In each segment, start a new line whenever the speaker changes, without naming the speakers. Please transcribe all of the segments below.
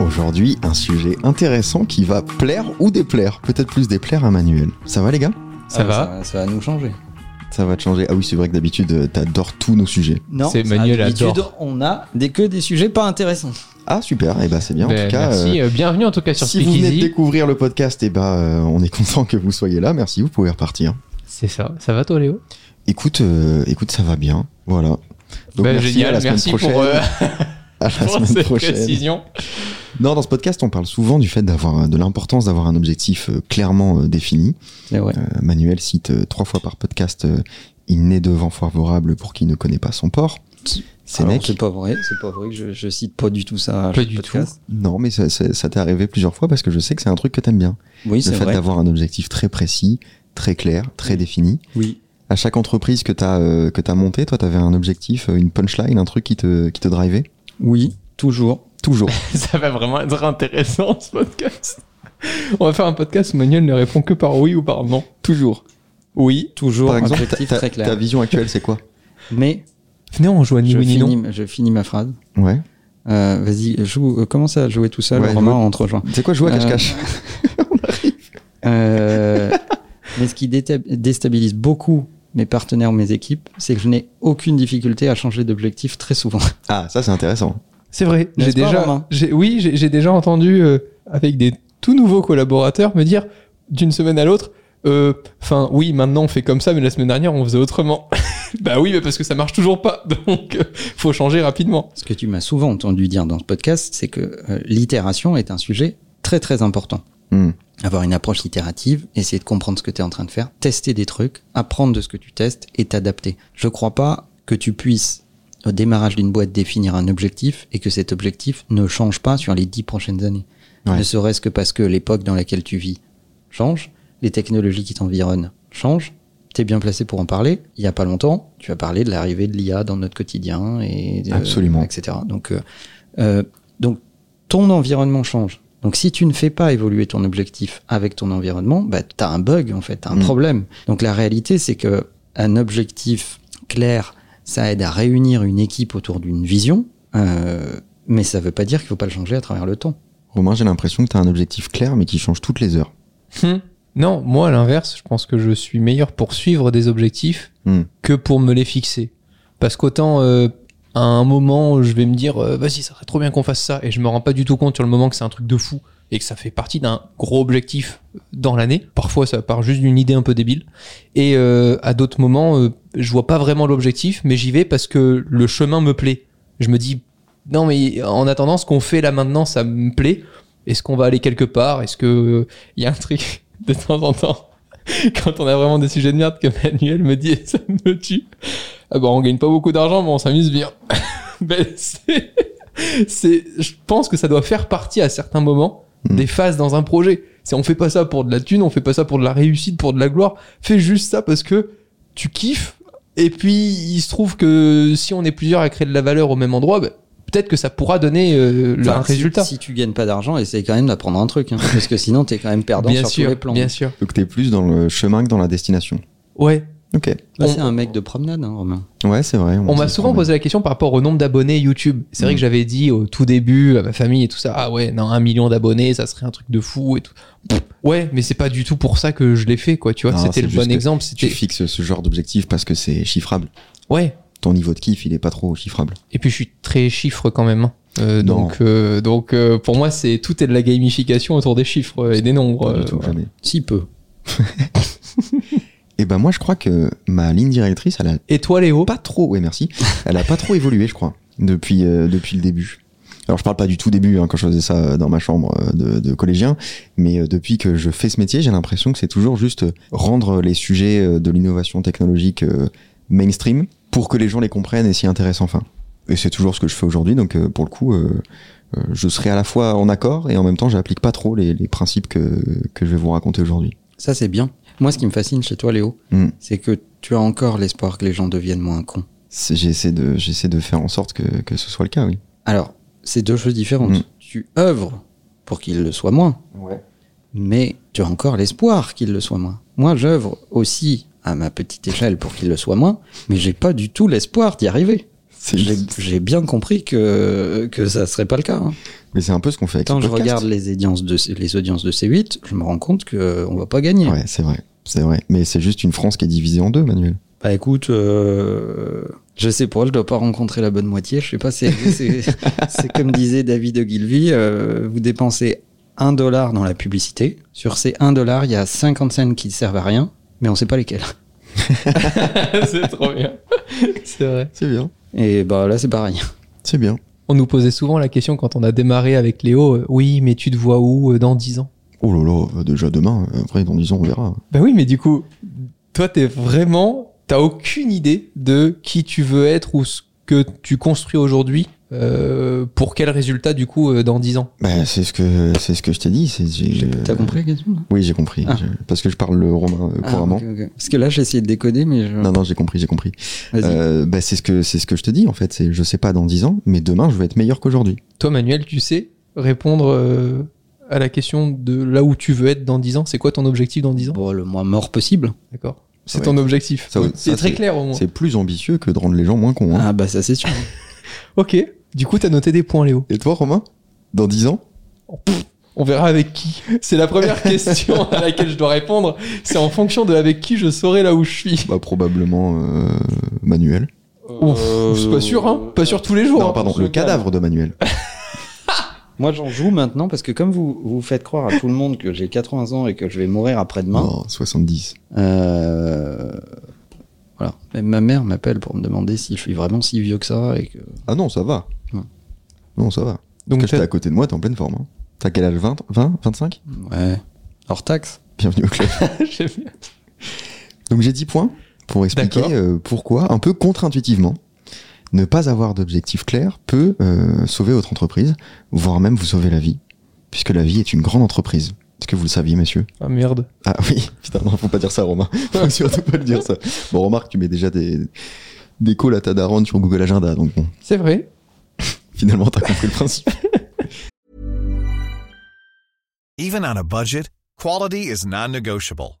aujourd'hui un sujet intéressant qui va plaire ou déplaire, peut-être plus déplaire à Manuel. Ça va les gars
Ça
Ah,
va
ça, ça va nous changer.
Ça va te changer Ah oui, c'est vrai que d'habitude euh, t'adores tous nos sujets.
Non,
C'est
ça,
Manuel
d'habitude,
adore.
on a des que des sujets pas intéressants.
Ah super, et bah c'est bien en
Ben,
tout cas. euh,
Merci, euh, bienvenue en tout cas sur
si vous venez de
Speakeasy.
découvrir le podcast, et bah euh, on est content que vous soyez là. Merci, vous pouvez repartir.
C'est ça. Ça va toi, Léo
Écoute, euh, écoute, ça va bien. Voilà. Donc,
Ben,
merci, à
Génial,
la semaine
merci
prochaine.
pour, euh,
À la
pour
semaine
cette
prochaine.
précision.
Non, dans ce podcast, on parle souvent du fait d'avoir, euh, de l'importance d'avoir un objectif euh, clairement euh, défini.
Mais Eh ouais.
Euh, Manuel cite euh, trois fois par podcast euh, Il n'est de vent favorable pour qui ne connaît pas son port.
Alors,
Sénèque.
c'est pas vrai, c'est pas vrai que je, je cite pas du tout ça. à
Pas
chaque
du
podcast.
Non, mais ça, ça- ça t'est arrivé plusieurs fois parce que je sais que c'est un truc que t'aimes bien.
Oui,
Le
c'est
fait
vrai.
d'avoir un objectif très précis, très clair, très défini.
Oui.
À chaque entreprise que t'as euh, que t'as monté, toi, t'avais un objectif, euh, une punchline, un truc qui te qui te drivait.
Oui, toujours.
Toujours.
Ça va vraiment être intéressant ce podcast. On va faire un podcast où Manuel ne répond que par oui ou par non. Toujours. Oui.
Toujours.
Par exemple,
objectif
ta- ta-
très
ta
clair.
vision actuelle, c'est quoi
Mais
Venez, on joue à ni
je,
oui ni non.
finis, je finis ma phrase.
Ouais.
Euh, Vas-y, joue. euh, commence à jouer tout seul.
Ouais,
Romain,
joue.
on te rejoint.
C'est quoi jouer à cache-cache
Euh, mais ce qui déta- déstabilise beaucoup mes partenaires, mes équipes, c'est que je n'ai aucune difficulté à changer d'objectif très souvent.
Ah, ça c'est intéressant.
C'est vrai. J'ai
N'est-ce pas,
déjà.
Romain
j'ai- Oui, j'ai j'ai déjà entendu euh, avec des tout nouveaux collaborateurs me dire d'une semaine à l'autre. euh, Enfin, oui, maintenant on fait comme ça, mais la semaine dernière on faisait autrement. bah oui, mais parce que ça marche toujours pas, donc euh, faut changer rapidement.
Ce que tu m'as souvent entendu dire dans ce podcast, c'est que euh, l'itération est un sujet très très important.
Hmm.
Avoir une approche itérative, essayer de comprendre ce que tu es en train de faire, tester des trucs, apprendre de ce que tu testes et t'adapter. Je crois pas que tu puisses, au démarrage d'une boîte, définir un objectif et que cet objectif ne change pas sur les dix prochaines années.
Ouais.
Ne serait-ce que parce que l'époque dans laquelle tu vis change, les technologies qui t'environnent changent. T'es bien placé pour en parler. Il y a pas longtemps, tu as parlé de l'arrivée de l'IA dans notre quotidien et euh,
Absolument.
etc. Donc, euh, euh, donc ton environnement change. Donc si tu ne fais pas évoluer ton objectif avec ton environnement, bah, tu as un bug en fait, t'as un
Mm.
problème. Donc la réalité c'est que un objectif clair, ça aide à réunir une équipe autour d'une vision, euh, mais ça veut pas dire qu'il faut pas le changer à travers le temps.
Romain, j'ai l'impression que t'as un objectif clair mais qui change toutes les heures.
Hmm. Non, moi à l'inverse, je pense que je suis meilleur pour suivre des objectifs
Hmm.
que pour me les fixer. Parce qu'autant euh, à un moment, je vais me dire euh, vas-y, ça serait trop bien qu'on fasse ça, et je me rends pas du tout compte sur le moment que c'est un truc de fou et que ça fait partie d'un gros objectif dans l'année. Parfois, ça part juste d'une idée un peu débile. Et euh, à d'autres moments, euh, je vois pas vraiment l'objectif, mais j'y vais parce que le chemin me plaît. Je me dis non, mais en attendant, ce qu'on fait là maintenant, ça me plaît. Est-ce qu'on va aller quelque part Est-ce que il y a un truc de temps en temps quand on a vraiment des sujets de merde que Manuel me dit et ça me tue. Ah bah on gagne pas beaucoup d'argent mais on s'amuse bien. Ben, c'est, c'est- je pense que ça doit faire partie à certains moments
Mm.
des phases dans un projet. C'est on fait pas ça pour de la thune, on fait pas ça pour de la réussite, pour de la gloire. Fais juste ça parce que tu kiffes et puis il se trouve que si on est plusieurs à créer de la valeur au même endroit, bah, peut-être que ça pourra donner euh, le- un
Enfin, si-
résultat.
Si, tu gagnes pas d'argent, essaye quand même d'apprendre un truc, hein, parce que sinon t'es quand même perdant
bien
sur
sûr,
tous les plans.
bien sûr.
Donc t'es plus dans le chemin que dans la destination.
Ouais.
Ok.
On-
Bah, c'est un mec de promenade, hein, Romain.
Ouais, Mmh, c'est vrai.
On m'a
s'y
souvent
prend,
posé la question par rapport au nombre d'abonnés YouTube. C'est vrai
Mm.
que j'avais dit au tout début à ma famille et tout ça, ah ouais, non, un million d'abonnés, ça serait un truc de fou et tout. Pff, Ouais, mais c'est pas du tout pour ça que je l'ai fait, quoi. Tu vois,
Non, c'est
c'était le
juste
bon
que
exemple.
mais Tu
C'était
fixes ce genre d'objectif parce que c'est chiffrable.
ouais.
Ton niveau de kiff, il est pas trop chiffrable.
Et puis je suis très chiffre quand même. hein. Euh,
Non.
donc, euh, donc euh, pour moi, c'est tout est de la gamification autour des chiffres et des nombres.
Pas
euh,
du tout,
voilà.
jamais.
Si peu.
Et ben moi, je crois que ma ligne directrice, elle a
Et toi, Léo
pas trop. Ouais, merci. Elle a pas trop évolué, je crois, depuis euh, depuis le début. Alors je parle pas du tout début hein, quand je faisais ça euh, dans ma chambre euh, de, de collégien, mais euh, depuis que je fais ce métier, j'ai l'impression que c'est toujours juste euh, rendre les sujets euh, de l'innovation technologique euh, mainstream pour que les gens les comprennent et s'y intéressent enfin. Et c'est toujours ce que je fais aujourd'hui, donc euh, pour le coup, euh, euh, je serai à la fois en accord et en même temps, j'applique pas trop les, les principes que que je vais vous raconter aujourd'hui.
Ça, c'est bien. Moi, ce qui me fascine chez toi, Léo,
Mm.
c'est que tu as encore l'espoir que les gens deviennent moins cons.
C'est- J'essaie de j'essaie de faire en sorte que que ce soit le cas, oui.
Alors, c'est deux choses différentes.
Mm.
Tu œuvres pour qu'ils le soient moins,
Ouais.
mais tu as encore l'espoir qu'ils le soient moins. Moi, j'œuvre aussi à ma petite échelle pour qu'ils le soient moins, mais j'ai pas du tout l'espoir d'y arriver.
C'est
J'ai j'ai bien compris que, que ça serait pas le cas. hein.
Mais c'est un peu ce qu'on fait avec
Quand
le
je
podcast.
regarde les audiences, de, C- les audiences de C8, je me rends compte qu'on va pas gagner.
Ouais, c'est vrai. C'est vrai. Mais c'est juste une France qui est divisée en deux, Manuel.
Bah écoute, euh, je sais pas, je dois pas rencontrer la bonne moitié. Je sais pas, c'est- c'est c'est comme disait David Ogilvy, euh, vous dépensez un dollar dans la publicité. Sur ces 1 dollar, il y a 50 cents qui servent à rien, mais on sait pas lesquels.
c'est trop bien. c'est vrai.
C'est bien.
Et bah là, c'est pareil.
C'est bien.
On nous posait souvent la question quand on a démarré avec Léo euh, Oui, mais tu te vois où euh, dans 10 ans
Oh là là, euh, déjà demain, euh, après dans 10 ans on verra.
Ben oui, mais du coup, toi, t'es vraiment. T'as aucune idée de qui tu veux être ou ce que tu construis aujourd'hui euh, pour quel résultat, du coup, euh, dans 10 ans.
Bah, c'est ce que c'est ce que je t'ai dit. c'est- j'ai-
T'as compris la question là
Oui, j'ai compris.
Ah.
Je- Parce que je parle le romain euh,
Ah,
couramment.
ok, ok. Parce que là, j'ai essayé de décoder, mais je...
Non, non, j'ai compris, j'ai compris.
Vas-y.
Euh, bah, c'est ce que c'est ce que je te dis en fait. C'est je sais pas dans 10 ans, mais demain je vais être meilleur qu'aujourd'hui.
Toi, Manuel, tu sais répondre euh, à la question de là où tu veux être dans 10 ans. C'est quoi ton objectif dans 10 ans
Bon, le moins mort possible.
D'accord. C'est
Ouais.
ton objectif.
Ça, ça,
c'est très
c'est-
clair au moins.
C'est plus ambitieux que de rendre les gens moins cons. hein.
Ah bah ça c'est sûr.
Ok. Du coup, t'as noté des points, Léo.
Et toi, Romain, dans 10 ans
On verra avec qui. C'est la première question à laquelle je dois répondre. C'est en fonction de avec qui je saurai là où je suis.
Bah probablement euh, Manuel.
Ouf, je suis pas sûr, hein. Pas sûr tous les jours.
Euh, Non,
hein.
pardon,
se Ah.
le
calme.
cadavre de Manuel.
Moi j'en joue maintenant parce que comme vous vous faites croire à tout le monde que j'ai 80 ans et que je vais mourir après-demain,
Non, 70.
Oh.
Euh, voilà. Même ma mère m'appelle pour me demander si je suis vraiment si vieux que ça et que
Ah non, ça va.
Ouais.
Non, ça va.
Donc,
Quand t'es
t'as-
à côté de moi, t'es en pleine forme. hein. T'as quel âge 20 20 25
ouais hors taxe.
Bienvenue au club.
j'ai fait-
Donc j'ai 10 points pour expliquer
D'accord.
euh, pourquoi, un peu contre-intuitivement, ne pas avoir d'objectif clair peut euh, sauver votre entreprise, voire même vous sauver la vie, puisque la vie est une grande entreprise. Est-ce que vous le saviez, monsieur
Ah merde.
Ah oui, putain, non, faut pas dire ça, Romain. Faut surtout pas le dire ça. Bon, remarque, tu mets déjà des, des calls à ta daronne sur Google Agenda, donc bon,
C'est vrai.
finalement, t'as compris le principe.
Even on a budget, quality is non-negotiable.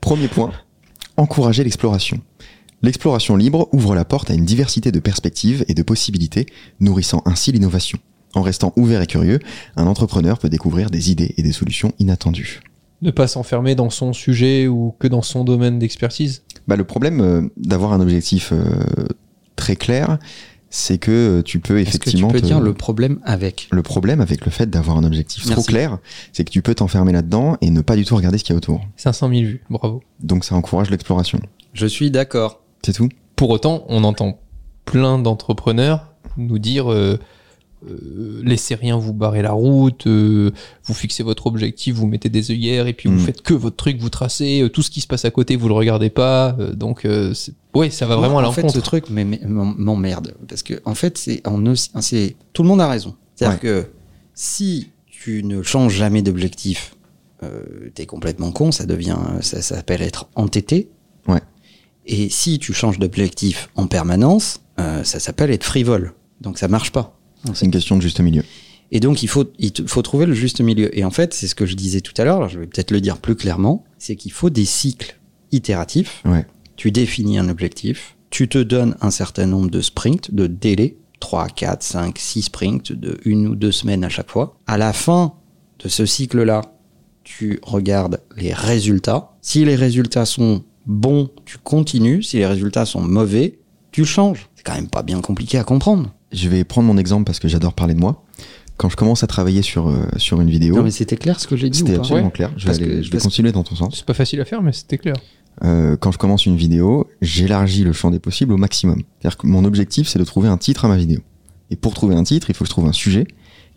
Premier point, encourager l'exploration. L'exploration libre ouvre la porte à une diversité de perspectives et de possibilités, nourrissant ainsi l'innovation. En restant ouvert et curieux, un entrepreneur peut découvrir des idées et des solutions inattendues.
Ne pas s'enfermer dans son sujet ou que dans son domaine d'expertise.
Bah, le problème euh, d'avoir un objectif euh, très clair, c'est que euh, tu peux
Est-ce que tu
effectivement...
peux
te-
dire le problème avec
Le problème avec le fait d'avoir un objectif trop
Merci.
clair, c'est que tu peux t'enfermer là-dedans et ne pas du tout regarder ce qu'il y a autour.
500 000 vues. Bravo.
Donc ça encourage l'exploration.
Je suis d'accord.
C'est tout
Pour autant, on entend plein d'entrepreneurs nous dire euh, euh, laissez rien vous barrer la route, euh, vous fixez votre objectif, vous mettez des œillères et puis
Mm.
vous faites que votre truc, vous tracez, euh, tout ce qui se passe à côté, vous le regardez pas. euh, donc, euh, c'est- ouais, ça va vraiment à
en fait, ce
l'encontre.
truc mais- mais- m'en- m'emmerde parce que en fait c'est en aussi- c'est tout le monde a raison. C'est-à-dire que si tu ne changes jamais d'objectif, euh, t'es complètement con. Ça devient ça s'appelle être entêté.
Ouais.
Et si tu changes d'objectif en permanence, euh, ça s'appelle être frivole. Donc ça marche pas.
C'est une question de juste milieu.
Et donc, il faut, il t- faut trouver le juste milieu. Et en fait, c'est ce que je disais tout à l'heure, alors je vais peut-être le dire plus clairement, c'est qu'il faut des cycles itératifs.
Ouais.
Tu définis un objectif, tu te donnes un certain nombre de sprints, de délais, 3, 4, 5, 6 sprints de une ou deux semaines à chaque fois. À la fin de ce cycle-là, tu regardes les résultats. Si les résultats sont bons, tu continues. Si les résultats sont mauvais, tu changes. C'est quand même pas bien compliqué à comprendre.
Je vais prendre mon exemple parce que j'adore parler de moi. Quand je commence à travailler sur, euh, sur une vidéo,
Non, mais c'était clair ce que j'ai dit
c'était
ou pas
absolument clair. Je vais,
Parce
aller-
que-
je vais
parce que-
continuer dans ton sens.
C'est pas facile à faire, mais c'était clair.
Euh, quand je commence une vidéo, j'élargis le champ des possibles au maximum. C'est-à-dire que mon objectif, c'est de trouver un titre à ma vidéo. Et pour trouver un titre, il faut que je trouve un sujet.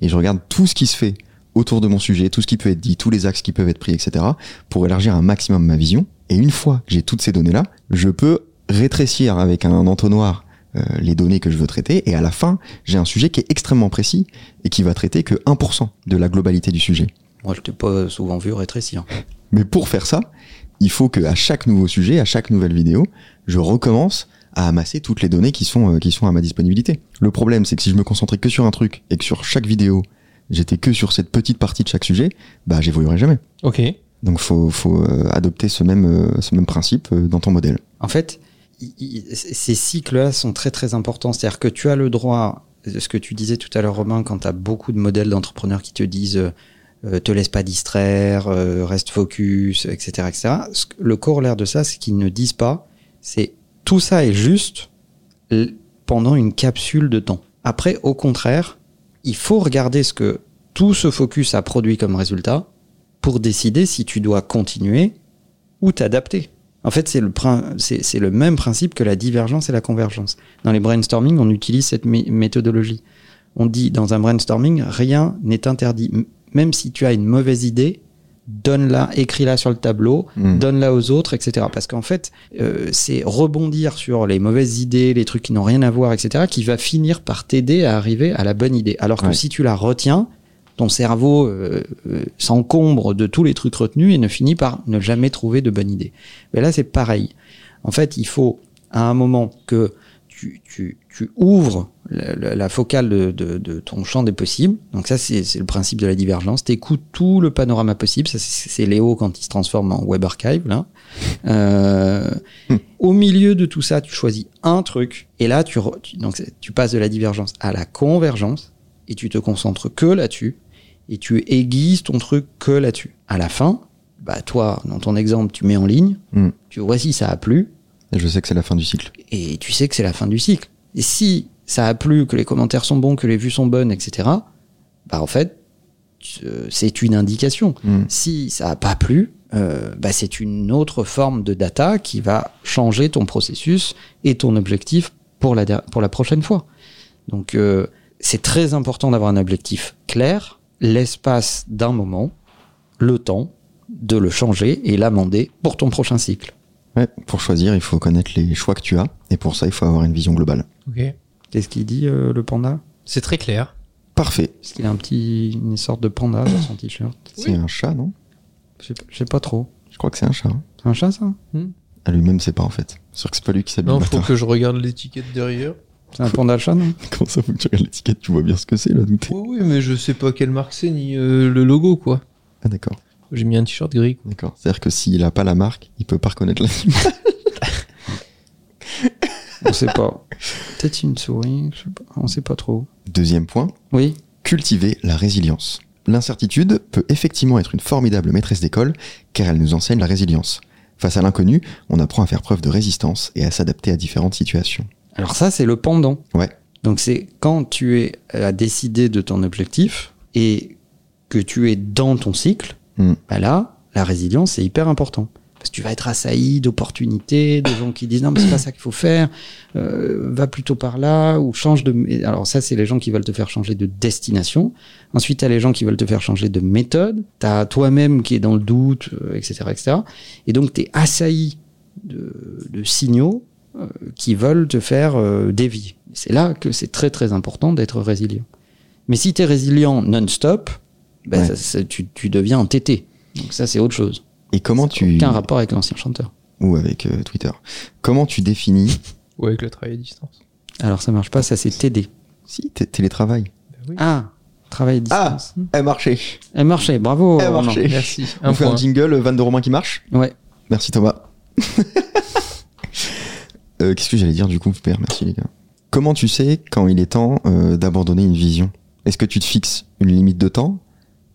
Et je regarde tout ce qui se fait autour de mon sujet, tout ce qui peut être dit, tous les axes qui peuvent être pris, etc. pour élargir un maximum ma vision. Et une fois que j'ai toutes ces données-là, je peux rétrécir avec un entonnoir euh, les données que je veux traiter. Et à la fin, j'ai un sujet qui est extrêmement précis et qui va traiter que 1% de la globalité du sujet.
Moi, je t'ai pas souvent vu rétrécir.
Mais pour faire ça, il faut que à chaque nouveau sujet, à chaque nouvelle vidéo, je recommence à amasser toutes les données qui sont, euh, qui sont à ma disponibilité. Le problème, c'est que si je me concentrais que sur un truc et que sur chaque vidéo, j'étais que sur cette petite partie de chaque sujet, bah, j'évoluerais jamais.
Ok.
Donc, faut, faut euh, adopter ce même, euh, ce même principe euh, dans ton modèle.
En fait, i- i- ces cycles-là sont très très importants. C'est-à-dire que tu as le droit, ce que tu disais tout à l'heure Romain, quand tu as beaucoup de modèles d'entrepreneurs qui te disent euh, euh, te laisse pas distraire, euh, reste focus, etc. etc. Ce que- Le corollaire de ça, c'est qu'ils ne disent pas, c'est tout ça est juste l- pendant une capsule de temps. Après, au contraire, il faut regarder ce que tout ce focus a produit comme résultat pour décider si tu dois continuer ou t'adapter. En fait, c'est le, prin- c'est c'est le même principe que la divergence et la convergence. Dans les brainstorming, on utilise cette mé- méthodologie. On dit dans un brainstorming, rien n'est interdit. M- Même si tu as une mauvaise idée, donne-la, écris-la sur le tableau,
Mm.
donne-la aux autres, etc. Parce qu'en fait, euh, c'est rebondir sur les mauvaises idées, les trucs qui n'ont rien à voir, etc., qui va finir par t'aider à arriver à la bonne idée. Alors que
Ouais.
si tu la retiens, ton cerveau euh, euh, s'encombre de tous les trucs retenus et ne finit par ne jamais trouver de bonne idée. Mais là, c'est pareil. En fait, il faut à un moment que tu, tu, tu ouvres la, la- la focale de, de- de ton champ des possibles. Donc ça, c'est c'est le principe de la divergence. T'écoutes tout le panorama possible. Ça, c'est c'est Léo quand il se transforme en web archive. Là. Euh, au milieu de tout ça, tu choisis un truc. Et là, tu, re- tu- donc, c'est- tu passes de la divergence à la convergence. Et tu te concentres que là-dessus. Et tu aiguises ton truc que là-dessus. À la fin, bah toi, dans ton exemple, tu mets en ligne.
Mm.
Tu vois si ça a plu
Et je sais que c'est la fin du cycle.
et tu sais que c'est la fin du cycle. Et si ça a plu, que les commentaires sont bons, que les vues sont bonnes, etc., bah en fait, tu- euh, c'est une indication.
Mm.
Si ça a pas plu, euh, bah c'est une autre forme de data qui va changer ton processus et ton objectif pour la, der- pour la prochaine fois. Donc, euh, c'est très important d'avoir un objectif clair, l'espace d'un moment, le temps de le changer et l'amender pour ton prochain cycle.
Ouais, pour choisir, il faut connaître les choix que tu as. Et pour ça, il faut avoir une vision globale.
Ok.
Qu'est-ce qu'il dit, euh, le panda
C'est très clair.
Parfait.
Parce qu'il a un petit, une sorte de panda sur son t-shirt.
C'est un chat, non
Je sais pas- je sais pas trop.
Je crois que c'est un chat. hein.
C'est un chat, ça
Ah, lui-même, c'est pas en fait. C'est sûr que c'est pas lui qui s'habille.
Non,
le
faut
matin.
que je regarde l'étiquette derrière.
C'est un panda chat, non
Comment ça, faut que tu regardes l'étiquette, tu vois bien ce que c'est, là, d'où t'es.
Oui, oui, mais je sais pas quelle marque c'est ni euh, le logo quoi.
Ah, d'accord.
J'ai mis un t-shirt gris. quoi.
D'accord. C'est-à-dire que s'il a pas la marque, il peut pas reconnaître la
On sait pas. Peut-être une souris, je sais pas. On sait pas trop.
Deuxième point,
Oui
cultiver la résilience. L'incertitude peut effectivement être une formidable maîtresse d'école car elle nous enseigne la résilience. Face à l'inconnu, on apprend à faire preuve de résistance et à s'adapter à différentes situations.
Alors ça, c'est le pendant.
Ouais.
Donc c'est quand tu es à décider de ton objectif et que tu es dans ton cycle,
Mm.
bah là, la résilience, c'est hyper important. Parce que tu vas être assailli d'opportunités, de gens qui disent non, mais c'est pas ça qu'il faut faire, euh, va plutôt par là, ou change de. mé- Alors, ça, c'est les gens qui veulent te faire changer de destination. Ensuite, tu as les gens qui veulent te faire changer de méthode. Tu as toi-même qui est dans le doute, euh, etc., etc. Et donc, tu es assailli de, de signaux euh, qui veulent te faire euh, dévier. C'est là que c'est très très important d'être résilient. Mais si tu es résilient non-stop, ben,
Ouais.
ça- ça- tu, tu deviens entêté. Donc ça c'est autre chose.
Et comment tu
Aucun rapport avec l'ancien chanteur.
ou avec euh, Twitter Comment tu définis
Ou avec le travail à distance.
Alors ça marche pas, ça c'est TD.
si t'es télétravail
Ben oui.
Ah, travail à distance.
Elle marché.
Elle marchait, bravo.
Ah. Elle
Ronan.
marchait.
Oh, Merci.
On
Un
fait
point.
un jingle euh, van de Romain qui marche.
Ouais.
Merci Thomas. Euh, Qu'est-ce que j'allais dire du coup, père Merci les gars. Comment tu sais quand il est temps euh, d'abandonner une vision Est-ce que tu te fixes une limite de temps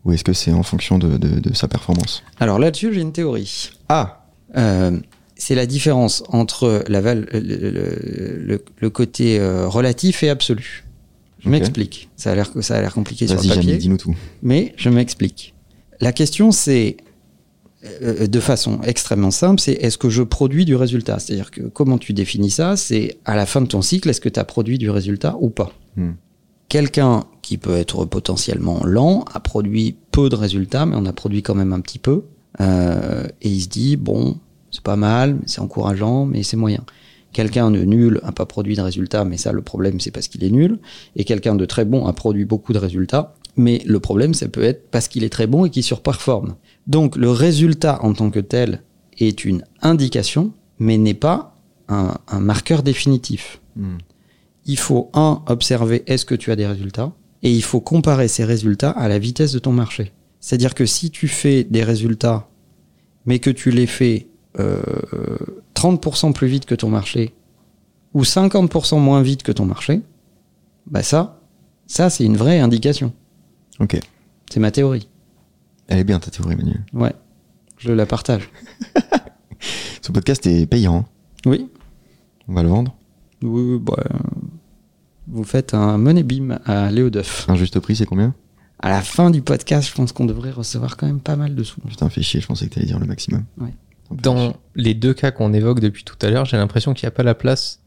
ou est-ce que c'est en fonction de, de- de sa performance
Alors là-dessus j'ai une théorie.
Ah
Euh, c'est la différence entre la val- le, le- le- le côté euh, relatif et absolu. Je
Ok.
m'explique. Ça a l'air ça a l'air compliqué sur le
Vas-y,
papier.
Jamie, dis-nous tout.
mais je m'explique. La question, c'est euh, de façon extrêmement simple, c'est est-ce que je produis du résultat C'est-à-dire que comment tu définis ça C'est à la fin de ton cycle, est-ce que tu as produit du résultat ou pas
Hmm.
Quelqu'un qui peut être potentiellement lent a produit peu de résultats, mais on a produit quand même un petit peu. Euh, et il se dit, bon, c'est pas mal, c'est encourageant, mais c'est moyen. Quelqu'un de nul a pas produit de résultat, mais ça, le problème, c'est parce qu'il est nul. Et quelqu'un de très bon a produit beaucoup de résultats, mais le problème, ça peut être parce qu'il est très bon et qu'il surperforme. Donc, le résultat en tant que tel est une indication, mais n'est pas un, un marqueur définitif.
Hmm.
Il faut, un, observer est-ce que tu as des résultats, et il faut comparer ces résultats à la vitesse de ton marché. C'est-à-dire que si tu fais des résultats, mais que tu les fais euh, 30% plus vite que ton marché, ou 50% moins vite que ton marché, bah ça, ça c'est une vraie indication.
Ok.
C'est ma théorie.
Elle est bien ta théorie, Manuel.
Ouais, je la partage.
Ce podcast est payant. hein.
Oui,
On va le vendre.
oui, oui, bah, euh, vous faites un money beam à Léo Duff.
Un juste prix, c'est combien
À la fin du podcast, je pense qu'on devrait recevoir quand même pas mal de sous.
Putain, fais chier, je pensais que t'allais dire le maximum.
Ouais.
Un peu chier.
Dans les deux cas qu'on évoque depuis tout à l'heure, j'ai l'impression qu'il n'y a pas la place.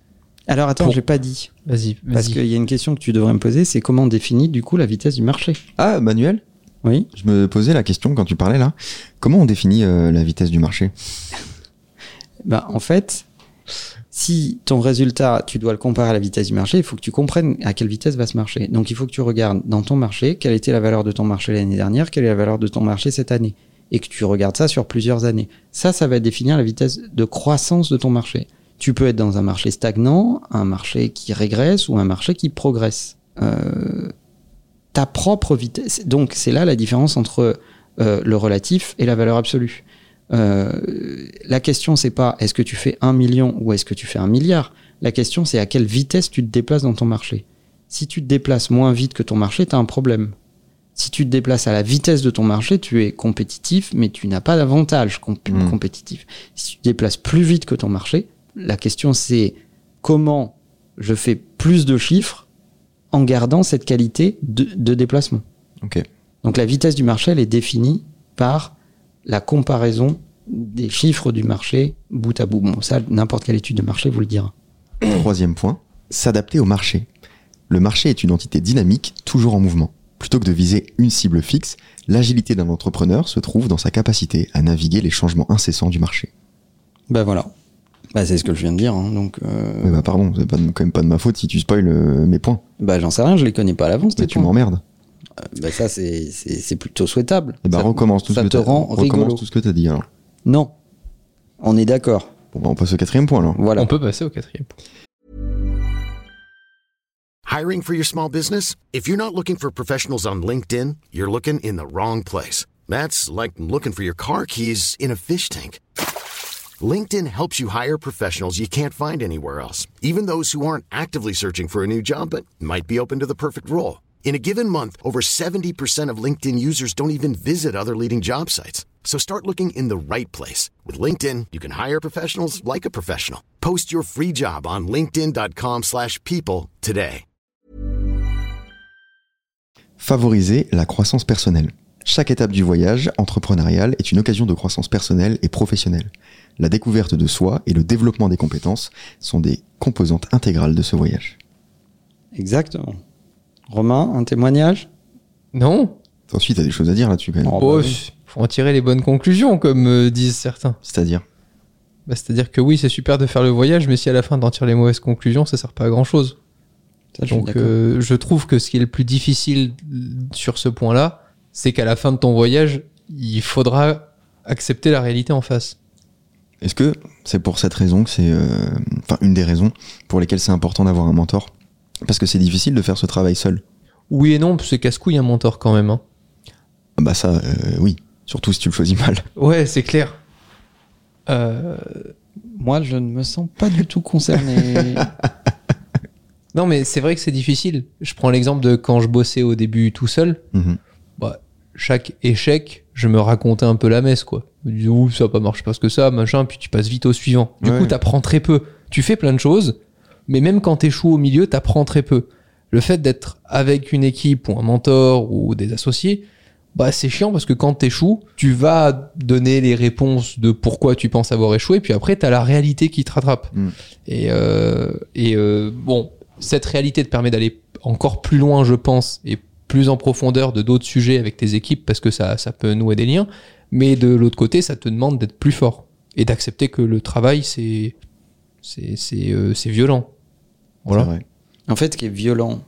Alors attends,
Pour-
j'ai pas dit.
Vas-y, vas-y.
Parce qu'il y a une question que tu devrais me poser, c'est comment on définit du coup la vitesse du marché
Ah, Manuel
Oui.
Je me posais la question quand tu parlais là. Comment on définit euh, la vitesse du marché
Bah, en fait, si ton résultat, tu dois le comparer à la vitesse du marché, il faut que tu comprennes à quelle vitesse va ce marché. Donc il faut que tu regardes dans ton marché, quelle était la valeur de ton marché l'année dernière, quelle est la valeur de ton marché cette année. Et que tu regardes ça sur plusieurs années. Ça, ça va définir la vitesse de croissance de ton marché. Tu peux être dans un marché stagnant, un marché qui régresse ou un marché qui progresse. Euh, ta propre vitesse. Donc c'est là la différence entre euh, le relatif et la valeur absolue. Euh, la question, c'est pas est-ce que tu fais un million ou est-ce que tu fais un milliard. La question, c'est à quelle vitesse tu te déplaces dans ton marché. Si tu te déplaces moins vite que ton marché, tu as un problème. Si tu te déplaces à la vitesse de ton marché, tu es compétitif, mais tu n'as pas d'avantage comp-
Mm.
compétitif. Si tu te déplaces plus vite que ton marché, la question, c'est comment je fais plus de chiffres en gardant cette qualité de- de déplacement.
Ok.
Donc la vitesse du marché, elle est définie par la comparaison des chiffres du marché bout à bout. Bon, ça, n'importe quelle étude de marché vous le dira.
Troisième point, s'adapter au marché. Le marché est une entité dynamique, toujours en mouvement. Plutôt que de viser une cible fixe, l'agilité d'un entrepreneur se trouve dans sa capacité à naviguer les changements incessants du marché.
Ben voilà. Bah, c'est ce que je viens de dire. hein. Donc, euh,
Mais bah pardon, c'est pas de- quand même pas de ma faute si tu spoil euh, mes points.
bah, j'en sais rien, je les connais pas à l'avance.
Mais
tes
tu
points.
m'emmerdes.
Bah, ça, c'est- c'est c'est plutôt souhaitable.
Et bah
Ça-
recommence tout
ça
ce que
te
t'as-
rend rigolo.
recommence tout ce que t'as dit alors.
Non. On est d'accord.
Bon bah on passe au quatrième point alors.
Voilà.
On peut passer au quatrième.
Hiring for your small business? If you're not looking for professionals on LinkedIn, you're looking in the wrong place. That's like looking for your car keys in a fish tank. LinkedIn helps you hire professionals you can't find anywhere else, even those who aren't actively searching for a new job but might be open to the perfect role. In a given month, over 70% of LinkedIn users don't even visit other leading job sites. So start looking in the right place. With LinkedIn, you can hire professionals like a professional. Post your free job on linkedin.com/people slash people today.
Favoriser la croissance personnelle. Chaque étape du voyage entrepreneurial est une occasion de croissance personnelle et professionnelle. La découverte de soi et le développement des compétences sont des composantes intégrales de ce voyage.
Exactement. Romain, un témoignage
Non
Ensuite, t'as des choses à dire là-dessus quand même.
Oh,
Oh,
bah oui.
pff, Faut en tirer les bonnes conclusions, comme euh, disent certains.
C'est-à-dire
Bah, C'est-à-dire que oui, c'est super de faire le voyage, mais si à la fin t'en tires les mauvaises conclusions, ça sert pas à grand-chose.
Ça, je suis
Donc
d'accord.
euh, je trouve que ce qui est le plus difficile sur ce point-là, c'est qu'à la fin de ton voyage, il faudra accepter la réalité en face.
Est-ce que c'est pour cette raison que c'est. euh, Enfin, une des raisons pour lesquelles c'est important d'avoir un mentor Parce que c'est difficile de faire ce travail seul.
Oui et non, c'est casse-couille un mentor quand même. hein.
Ah Bah, ça, euh, oui. Surtout si tu le choisis mal.
Ouais, c'est clair. Euh,
Moi, je ne me sens pas du tout concerné.
Non, mais c'est vrai que c'est difficile. Je prends l'exemple de quand je bossais au début tout seul.
Mhm.
Bah, chaque échec, je me racontais un peu la messe, quoi. Je me disais, ouh, ça n'a pas marché parce que ça, machin, puis tu passes vite au suivant. Du
Ouais.
coup, t'apprends très peu. Tu fais plein de choses, mais même quand t'échoues au milieu, t'apprends très peu. Le fait d'être avec une équipe ou un mentor ou des associés, bah, c'est chiant parce que quand t'échoues, tu vas donner les réponses de pourquoi tu penses avoir échoué, puis après, t'as la réalité qui te rattrape.
Mm.
Et, euh, et euh, bon, cette réalité te permet d'aller encore plus loin, je pense, et plus en profondeur de d'autres sujets avec tes équipes parce que ça, ça peut nouer des liens. Mais de l'autre côté, ça te demande d'être plus fort et d'accepter que le travail, c'est, C'est c'est, euh, c'est violent. Voilà.
C'est vrai.
En fait, ce qui est violent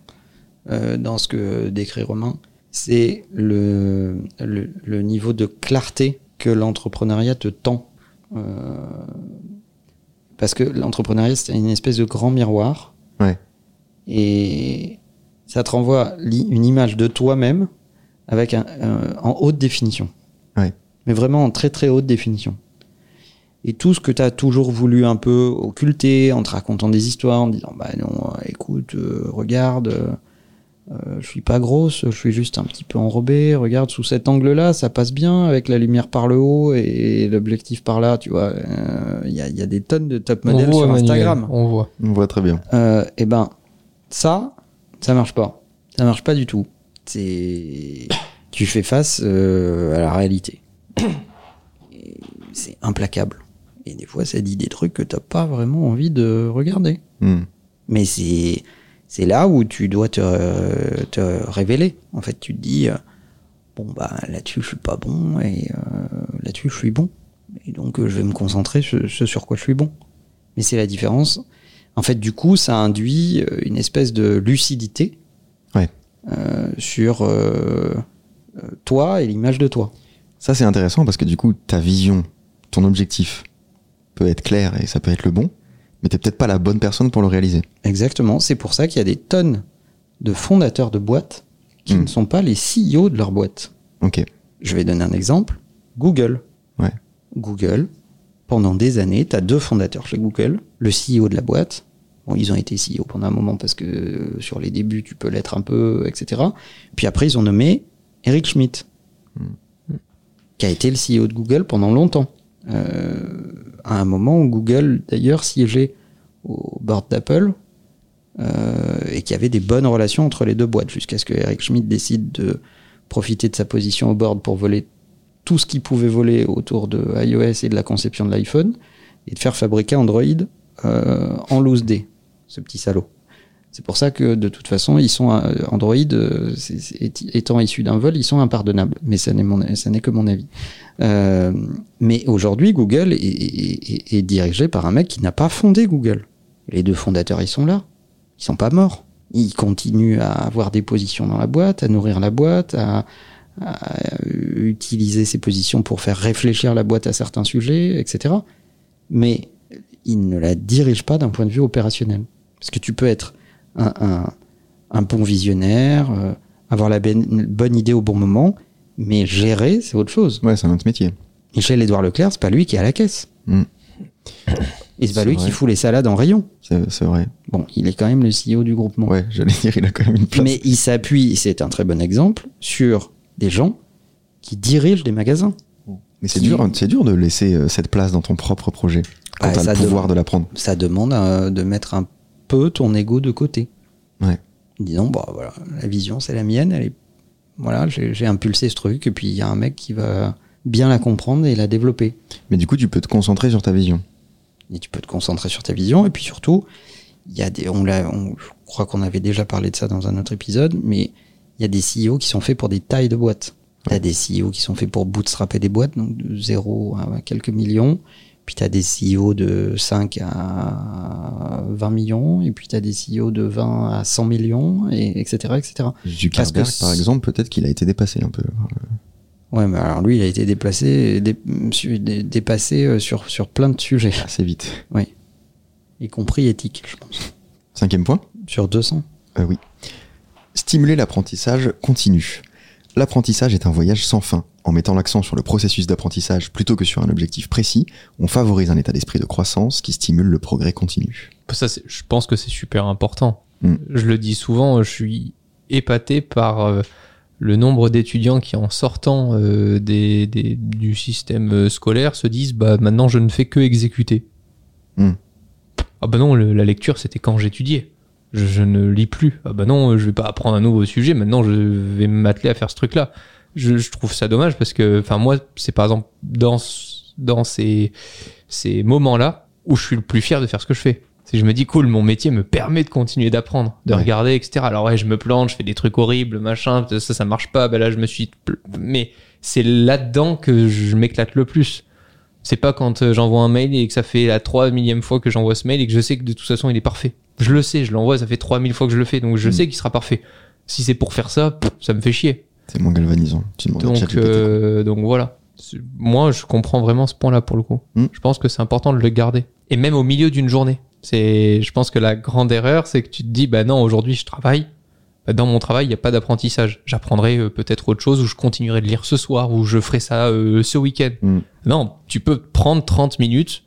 euh, dans ce que décrit Romain, c'est le, le, le niveau de clarté que l'entrepreneuriat te tend. Euh, parce que l'entrepreneuriat, c'est une espèce de grand miroir.
Ouais.
Et ça te renvoie li- une image de toi-même avec un- un- en haute définition.
Ouais.
Mais vraiment en très très haute définition. Et tout ce que tu as toujours voulu un peu occulter en te racontant des histoires, en disant bah non, euh, écoute, euh, regarde, euh, euh, je suis pas grosse, je suis juste un petit peu enrobée, regarde sous cet angle-là, ça passe bien avec la lumière par le haut et, l'objectif par là, tu vois. Euh, Il y, a, il y a des tonnes de top modèles sur
Manuel,
Instagram
on voit.
On voit très bien.
euh, eh ben, ça, ça marche pas. Ça marche pas du tout. C'est, tu fais face euh, à la réalité. Et C'est implacable. Et des fois, ça dit des trucs que t'as pas vraiment envie de regarder.
Hmm.
Mais c'est, c'est là où tu dois te, euh, te révéler. En fait, tu te dis, euh, bon bah là-dessus, je suis pas bon et euh, là-dessus, je suis bon. Et donc, euh, je vais me concentrer sur ce sur quoi je suis bon. Mais c'est la différence. En fait, du coup, ça induit euh, une espèce de lucidité
Ouais.
euh, sur euh, euh, toi et l'image de toi.
Ça, c'est intéressant parce que du coup, ta vision, ton objectif peut être clair et ça peut être le bon, mais t'es peut-être pas la bonne personne pour le réaliser.
Exactement. C'est pour ça qu'il y a des tonnes de fondateurs de boîtes qui
Hmm.
ne sont pas les CEO de leur boîte.
Ok.
Je vais donner un exemple. Google.
Ouais.
Google, pendant des années, tu as deux fondateurs chez Google, le CEO de la boîte. Bon, ils ont été CEO pendant un moment parce que euh, sur les débuts, tu peux l'être un peu, etc. Puis après, ils ont nommé Eric Schmidt, qui a été le CEO de Google pendant longtemps. Euh, à un moment où Google, d'ailleurs, siégeait au board d'Apple euh, et qu'il y avait des bonnes relations entre les deux boîtes, jusqu'à ce que Eric Schmidt décide de profiter de sa position au board pour voler tout ce qui pouvait voler autour de iOS et de la conception de l'iPhone et de faire fabriquer Android euh, en loose day, ce petit salaud. C'est pour ça que de toute façon, ils sont euh, Android euh, c'est- c'est- étant issus d'un vol, ils sont impardonnables. Mais ça n'est mon- ça n'est que mon avis. Euh, mais aujourd'hui, Google est, est- est- est dirigé par un mec qui n'a pas fondé Google. Les deux fondateurs, ils sont là. Ils sont pas morts. Ils continuent à avoir des positions dans la boîte, à nourrir la boîte, à, à utiliser ces positions pour faire réfléchir la boîte à certains sujets, etc. Mais il ne la dirige pas d'un point de vue opérationnel. Parce que tu peux être un, un- un bon visionnaire, euh, avoir la ben- bonne idée au bon moment, mais gérer, c'est autre chose.
Ouais, c'est un autre métier.
Michel-Édouard Leclerc, c'est pas lui qui est à la caisse.
Mm.
Et c'est pas
C'est
lui
vrai.
qui fout les salades en rayon.
C'est c'est vrai.
Bon, il est quand même le CEO du groupement.
Ouais, j'allais dire, il a quand même une place.
Mais il s'appuie, c'est un très bon exemple, sur des gens qui dirigent des magasins.
Mais c'est dur, c'est dur de laisser euh, cette place dans ton propre projet quand
Ouais,
t'as
ça
le pouvoir de la prendre.
ça demande euh, de mettre un peu ton ego de côté.
Ouais.
Disons, bah voilà, la vision c'est la mienne, elle est, voilà, j'ai j'ai impulsé ce truc, et puis il y a un mec qui va bien la comprendre et la développer.
Mais du coup, tu peux te concentrer sur ta vision.
Et tu peux te concentrer sur ta vision, et puis surtout, il y a des, on l'a, on- je crois qu'on avait déjà parlé de ça dans un autre épisode, mais il y a des CEO qui sont faits pour des tailles de boîtes. T'as des CEO qui sont faits pour bootstrapper des boîtes, donc de zéro à quelques millions. Puis t'as des CEO de 5 à 20 millions. Et puis t'as des CEO de 20 à 100 millions, et etc., etc.
Zuckerberg,
Parce que Bah.
par
c'est-
exemple, peut-être qu'il a été dépassé un peu.
Ouais, mais alors lui, il a été déplacé, dé- su- dé- dépassé euh, sur, sur plein de sujets,
Assez vite.
y compris éthique, je pense.
Cinquième point.
Sur 200.
Euh, oui. Stimuler l'apprentissage continu. L'apprentissage est un voyage sans fin. En mettant l'accent sur le processus d'apprentissage plutôt que sur un objectif précis, on favorise un état d'esprit de croissance qui stimule le progrès continu.
Bah, Ça, c'est- je pense que c'est super important.
Mm.
Je le dis souvent, je suis épaté par euh, le nombre d'étudiants qui, en sortant euh, des, des- du système euh, scolaire, se disent bah, maintenant je ne fais que exécuter.
Mm.
Ah bah non, le- la lecture c'était quand j'étudiais. Je, je ne lis plus. Ah bah non, je vais pas apprendre un nouveau sujet. Maintenant, je vais m'atteler à faire ce truc-là. Je, je trouve ça dommage parce que, enfin, moi, c'est par exemple dans, ce- dans ces, ces moments-là où je suis le plus fier de faire ce que je fais. C'est que je me dis, cool, mon métier me permet de continuer d'apprendre, de
Ouais.
regarder, etc. Alors ouais, je me plante, je fais des trucs horribles, machin, ça, ça marche pas, ben là, je me suis... pl- Mais c'est là-dedans que je m'éclate le plus. C'est pas quand euh, j'envoie un mail et que ça fait la 3 millième fois que j'envoie ce mail et que je sais que de toute façon il est parfait. Je le sais, je l'envoie, ça fait 3000 fois que je le fais, donc je
Mm.
sais qu'il sera parfait. Si c'est pour faire ça, pff, ça me fait chier.
C'est moins galvanisant. Tu demandes à
Donc,
ChatGPT, quoi.
euh, donc voilà. C'est- Moi, je comprends vraiment ce point-là pour le coup.
Mm.
Je pense que c'est important de le garder. Et même au milieu d'une journée. C'est, je pense que la grande erreur, c'est que tu te dis, bah non, aujourd'hui je travaille. Bah, dans mon travail, il n'y a pas d'apprentissage. J'apprendrai euh, peut-être autre chose, ou je continuerai de lire ce soir, ou je ferai ça euh, ce week-end.
Mm.
Non, tu peux prendre 30 minutes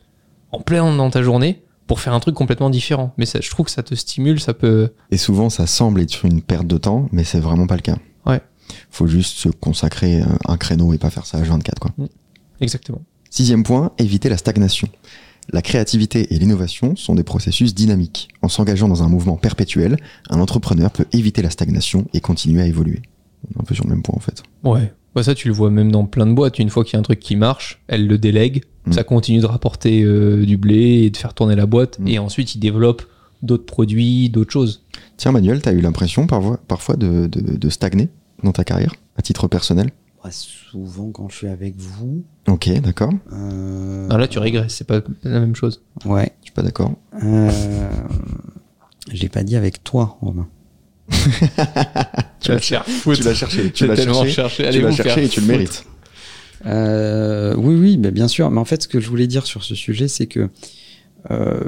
en plein dans ta journée pour faire un truc complètement différent. Mais ça, je trouve que ça te stimule, ça peut.
Et souvent, ça semble être une perte de temps, mais c'est vraiment pas le cas.
Ouais.
Faut juste se consacrer à un créneau et pas faire ça à 24, quoi.
Exactement.
Sixième point, éviter la stagnation. La créativité et l'innovation sont des processus dynamiques. En s'engageant dans un mouvement perpétuel, un entrepreneur peut éviter la stagnation et continuer à évoluer. On est un peu sur le même point en fait.
Ouais. Bah ça, tu le vois même dans plein de boîtes. Une fois qu'il y a un truc qui marche, elle le délègue.
Mm.
Ça continue de rapporter euh, du blé et de faire tourner la boîte.
Mm.
Et ensuite, ils développent d'autres produits, d'autres choses.
Tiens Manuel, t'as eu l'impression parfois, parfois de, de- de stagner dans ta carrière, à titre personnel
Bah, souvent, quand je suis avec vous.
Ok, d'accord.
euh,
Non, là, tu régresses. C'est pas la même chose.
Ouais.
Je suis pas d'accord.
Euh, je l'ai pas dit avec toi, Romain.
Tu vas te faire foutre.
Tu l'as cherché, tu
J'ai
l'as
tellement
cherché,
cherché. Allez
tu l'as
vous faire
cherché et tu le
foutre.
mérites.
Euh, oui, oui, bah, bien sûr. Mais en fait, ce que je voulais dire sur ce sujet, c'est que euh,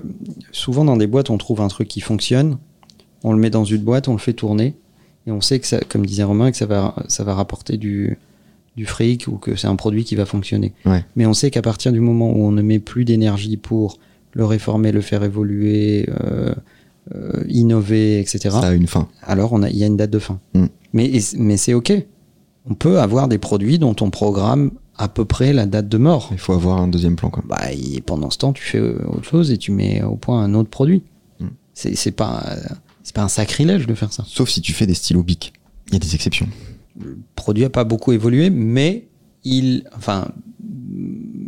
souvent dans des boîtes, on trouve un truc qui fonctionne, on le met dans une boîte, on le fait tourner, et on sait que ça, comme disait Romain, que ça va, ça va rapporter du, du fric ou que c'est un produit qui va fonctionner.
Ouais.
Mais on sait qu'à partir du moment où on ne met plus d'énergie pour le réformer, le faire évoluer, euh, euh, innover, etc
Ça a une fin.
alors on a- il y a une date de fin.
Mm.
Mais, et c- mais c'est OK. On peut avoir des produits dont on programme à peu près la date de mort.
Il faut avoir un deuxième plan quoi.
Bah, et pendant ce temps, tu fais euh, autre chose et tu mets au point un autre produit.
Mm.
C'est c'est pas, un- c'est pas un sacrilège de faire ça.
Sauf si tu fais des stylos bic. Il y a des exceptions.
Le produit a pas beaucoup évolué, mais il, enfin,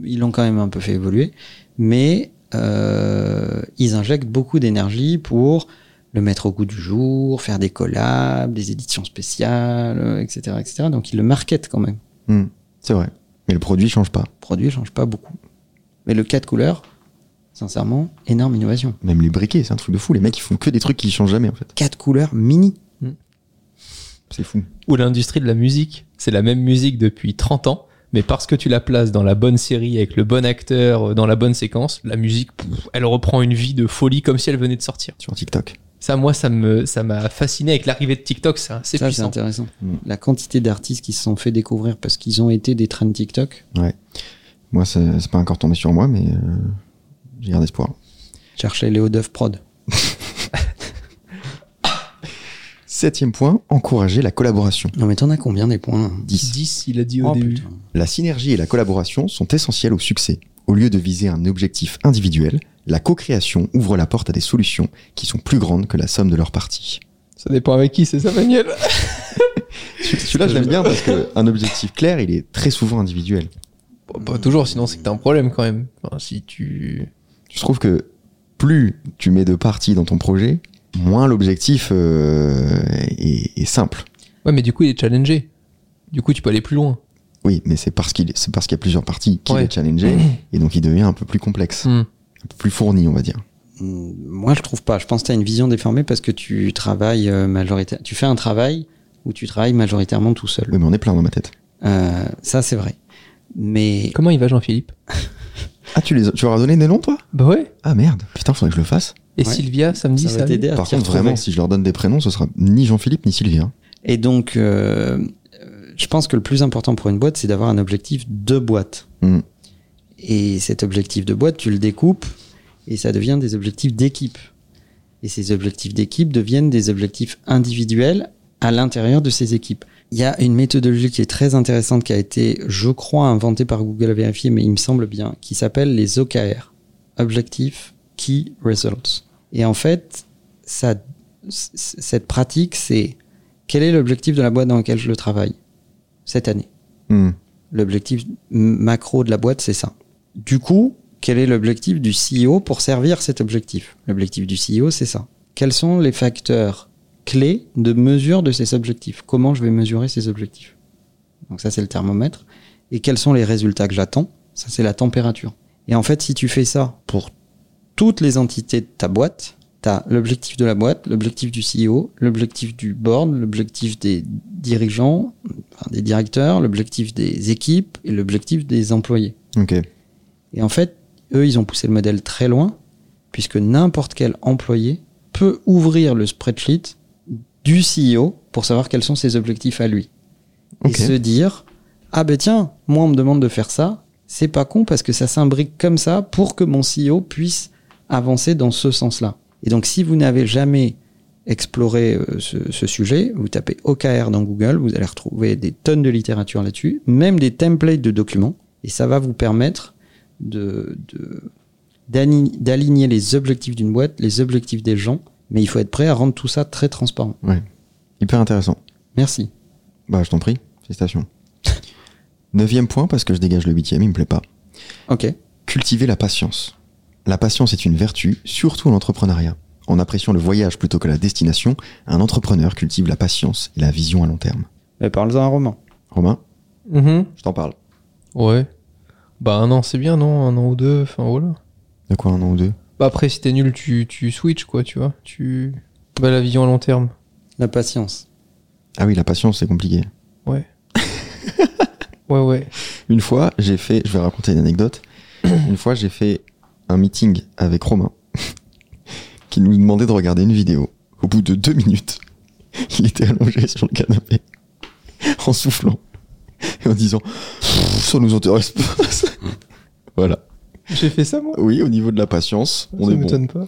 ils l'ont quand même un peu fait évoluer, mais euh, ils injectent beaucoup d'énergie pour le mettre au goût du jour, faire des collabs, des éditions spéciales, euh, etc., etc. Donc ils le marketent quand même.
Hmm, C'est vrai. Mais le produit change pas.
Le produit change pas beaucoup. Mais le cas de couleur, sincèrement, énorme innovation.
Même les briquets, c'est un truc de fou. Les mecs, ils font que des trucs qui changent jamais en fait.
Quatre couleurs mini.
C'est fou.
Ou l'industrie de la musique. C'est la même musique depuis 30 ans. Mais parce que tu la places dans la bonne série, avec le bon acteur, euh, dans la bonne séquence, la musique, pff, elle reprend une vie de folie comme si elle venait de sortir.
Sur TikTok.
Ça, moi, ça me, ça m'a fasciné avec l'arrivée de TikTok. C'est assez
Ça, c'est
puissant.
intéressant.
Mm.
La quantité d'artistes qui se sont fait découvrir parce qu'ils ont été des trends TikTok.
Moi, c'est c'est pas encore tombé sur moi, mais euh, j'ai garde espoir.
Cherchez Léo Duff Prod.
Septième point, encourager la collaboration.
Non, mais t'en as combien des points hein
10.
10, il a dit
Oh,
au début.
putain.
La synergie et la collaboration sont essentielles au succès. Au lieu de viser un objectif individuel, la co-création ouvre la porte à des solutions qui sont plus grandes que la somme de leurs parties.
Ça dépend avec qui, c'est ça, Manuel
Celui-là, je l'aime bien parce qu'un objectif clair, il est très souvent individuel.
Pas toujours, sinon c'est que t'as un problème quand même. Enfin, si tu.
Je trouve que plus tu mets de parties dans ton projet, moins l'objectif euh, est, est simple.
Ouais, mais du coup, il est challengé. Du coup, tu peux aller plus loin.
Oui, mais c'est parce qu'il c'est parce qu'il y a plusieurs parties qui
Ouais.
est challengé et donc il devient un peu plus complexe,
Hmm.
un peu plus fourni, on va dire.
Hmm, Moi, je trouve pas. Je pense que tu as une vision déformée parce que tu travailles euh, majoritaire. Tu fais un travail où tu travailles majoritairement tout seul.
Oui, mais on est plein dans ma tête.
Euh, ça, c'est vrai. Mais
Comment il va, Jean-Philippe
Ah, tu les as- tu leur as donné des noms, toi
Bah ouais.
Ah merde, putain, faudrait que je le fasse.
Et
Ouais.
Sylvia, samedi,
ça va
samedi
t'aider à
Par
t'y
contre,
retrouver.
vraiment, si je leur donne des prénoms, ce sera ni Jean-Philippe ni Sylvie. hein.
Et donc, euh, euh, je pense que le plus important pour une boîte, c'est d'avoir un objectif de boîte.
Hmm.
Et cet objectif de boîte, tu le découpes et ça devient des objectifs d'équipe. Et ces objectifs d'équipe deviennent des objectifs individuels à l'intérieur de ces équipes. Il y a une méthodologie qui est très intéressante qui a été, je crois, inventée par Google à vérifier, mais il me semble bien, qui s'appelle les OKR. Objectifs Key Results. Et en fait, ça, c- c- cette pratique, c'est quel est l'objectif de la boîte dans laquelle je le travaille cette année
Hmm.
L'objectif m- macro de la boîte, c'est ça. Du coup, quel est l'objectif du CEO pour servir cet objectif L'objectif du CEO, c'est ça. Quels sont les facteurs clés de mesure de ces objectifs Comment je vais mesurer ces objectifs Donc ça, c'est le thermomètre. Et quels sont les résultats que j'attends Ça, c'est la température. Et en fait, si tu fais ça pour toutes les entités de ta boîte, tu as l'objectif de la boîte, l'objectif du CEO, l'objectif du board, l'objectif des dirigeants, enfin, des directeurs, l'objectif des équipes et l'objectif des employés.
Ok.
Et en fait, eux, ils ont poussé le modèle très loin, puisque n'importe quel employé peut ouvrir le spreadsheet du CEO pour savoir quels sont ses objectifs à lui.
Ok.
Et se dire, ah ben tiens, moi on me demande de faire ça, c'est pas con parce que ça s'imbrique comme ça pour que mon CEO puisse avancer dans ce sens-là. Et donc si vous n'avez jamais exploré euh, ce, ce sujet, vous tapez OKR dans Google, vous allez retrouver des tonnes de littérature là-dessus, même des templates de documents, et ça va vous permettre de, de- d'ani- d'aligner les objectifs d'une boîte, les objectifs des gens, mais il faut être prêt à rendre tout ça très transparent.
Hyper intéressant.
Merci.
Bah, je t'en prie. Félicitations. Neuvième point, parce que je dégage le huitième, il me plaît pas.
Ok.
Cultiver la patience. La patience est une vertu, surtout en entrepreneuriat. En appréciant le voyage plutôt que la destination, un entrepreneur cultive la patience et la vision à long terme.
Mais parle-en à Romain.
Romain,
Mhm.
je t'en parle.
Ouais. Bah un an, c'est bien, non Un an ou deux, enfin voilà.
De quoi un an ou deux
Bah après, si t'es nul, tu, tu switches, quoi, tu vois. Tu... Bah la vision à long terme.
La patience.
Ah oui, la patience, c'est compliqué.
Ouais, ouais.
Une fois, j'ai fait, je vais raconter une anecdote. Une fois, j'ai fait un meeting avec Romain qui nous demandait de regarder une vidéo. Au bout de deux minutes, il était allongé sur le canapé en soufflant et en disant ça nous intéresse pas. ça. voilà.
J'ai fait ça, moi
Oui, au niveau de la patience, on
Ça
est bon.
m'étonne pas.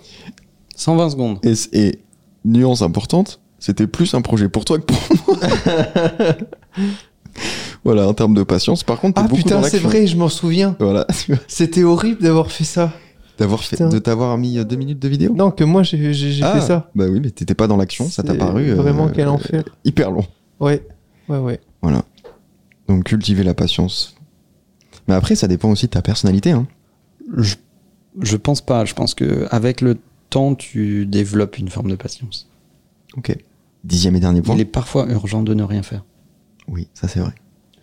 120 secondes.
Et, c- et nuance importante, c'était plus un projet pour toi que pour moi. voilà, en termes de patience. Par contre, t'es
Ah
beaucoup dans
putain, c'est
l'action.
vrai, je m'en souviens.
Voilà, tu vois,
C'était horrible d'avoir fait ça.
d'avoir fait,
Putain.
de t'avoir mis euh, deux minutes de vidéo.
Non, que moi j'ai j'ai- j'ai
Ah,
fait ça.
Bah oui, mais t'étais pas dans l'action, ça t'a
C'est
paru euh,
Vraiment, quel
euh,
enfer.
hyper long.
Ouais, ouais, ouais.
Donc cultiver la patience. Mais après, ça dépend aussi de ta personnalité. Hein.
Je, je pense pas. Je pense que avec le temps, tu développes une forme de patience.
Ok. Dixième et dernier point.
Il est parfois urgent de ne rien faire.
Oui, ça c'est vrai.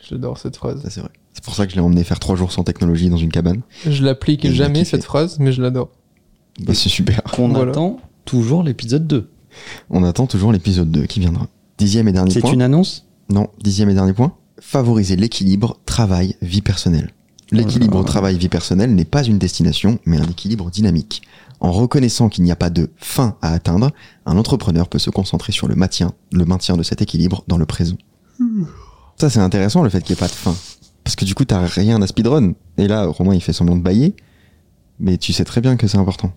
J'adore cette phrase.
Ça c'est vrai. C'est pour ça que je l'ai emmené faire trois jours sans technologie dans une cabane.
Je l'applique
Il l'a
jamais
kiffé.
cette phrase, mais je l'adore.
Bah, c'est super.
Qu'on
Voilà.
attend toujours l'épisode 2.
On attend toujours l'épisode 2 qui viendra. Dixième et dernier
C'est
point.
une annonce
Non, dixième et dernier point. Favoriser l'équilibre travail vie personnelle. L'équilibre
Oh là là.
travail vie personnelle n'est pas une destination, mais un équilibre dynamique. En reconnaissant qu'il n'y a pas de fin à atteindre, un entrepreneur peut se concentrer sur le maintien, le maintien de cet équilibre dans le présent.
Hmm.
Ça c'est intéressant le fait qu'il n'y ait pas de fin, parce que du coup t'as rien à speedrun. Et là Romain il fait semblant de bailler, mais tu sais très bien que c'est important,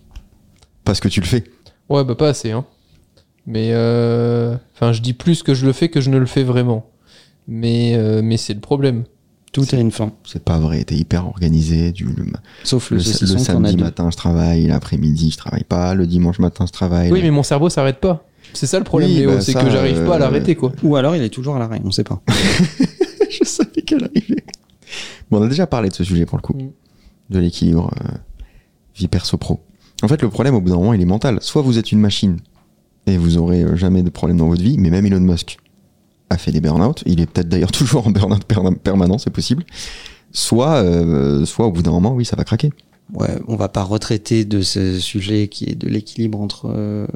parce que tu le fais.
Ouais, bah pas assez, hein. Mais euh... enfin, je dis plus que je le fais que je ne le fais vraiment. Mais euh, mais c'est le problème.
Tout a une fin.
C'est pas vrai, t'es hyper organisé, du le,
Sauf
le,
le,
le
saucisson qu'on a
samedi
deux.
matin je travaille, l'après-midi je travaille pas, le dimanche matin je travaille.
Oui, mais mon cerveau s'arrête pas. C'est ça le problème,
Oui,
Léo,
bah,
c'est
ça,
que j'arrive pas à
euh,
l'arrêter, quoi.
Ou alors il est toujours à l'arrêt, on sait pas.
je savais qu'elle arrivait. Bon, on a déjà parlé de ce sujet pour le coup,
Mm.
de l'équilibre euh, vie perso-pro. En fait, le problème au bout d'un moment, il est mental. Soit vous êtes une machine et vous aurez euh, jamais de problème dans votre vie, mais même Elon Musk a fait des burn-out. Il est peut-être d'ailleurs toujours en burn-out perna- permanent, c'est possible. Soit, euh, soit au bout d'un moment, oui, ça va craquer.
Ouais, on va pas retraiter de ce sujet qui est de l'équilibre entre euh,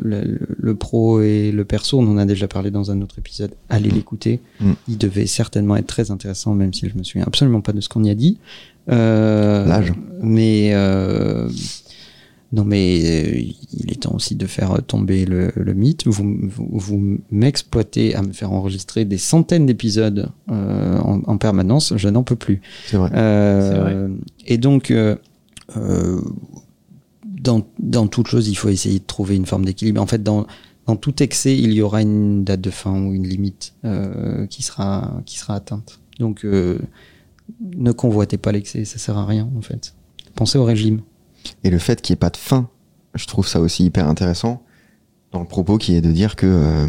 le, le- le pro et le perso. On en a déjà parlé dans un autre épisode. Allez l'écouter.
Mm.
Il devait certainement être très intéressant, même si je me souviens absolument pas de ce qu'on y a dit. Euh,
L'âge.
Mais euh, non, mais euh, il est temps aussi de faire tomber le, le mythe. Vous, m- vous, vous m'exploitez à me faire enregistrer des centaines d'épisodes euh, en- en permanence. Je n'en peux plus.
C'est vrai.
Euh, Et donc, euh, euh, dans, dans toute chose, il faut essayer de trouver une forme d'équilibre. En fait, dans, dans tout excès, il y aura une date de fin ou une limite euh, qui, sera, qui sera atteinte. Donc, euh, ne convoitez pas l'excès, ça sert à rien, en fait. Pensez au régime.
Et le fait qu'il n'y ait pas de fin, je trouve ça aussi hyper intéressant dans le propos qui est de dire que euh,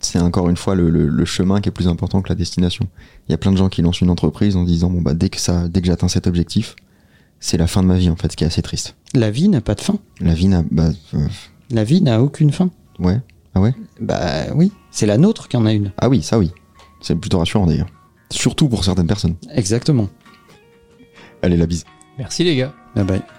c'est encore une fois le, le- le chemin qui est plus important que la destination. Il y a plein de gens qui lancent une entreprise en disant bon bah dès que ça, dès que j'atteins cet objectif, c'est la fin de ma vie en fait, ce qui est assez triste.
La vie n'a pas de fin.
La vie n'a bah euh,
La vie n'a aucune fin.
ouais ah ouais
Bah oui, c'est la nôtre qui en a une.
ah oui ça oui c'est plutôt rassurant d'ailleurs surtout pour certaines personnes.
Exactement.
Allez, la bise.
Merci les gars. Ah bah,
Bye bye.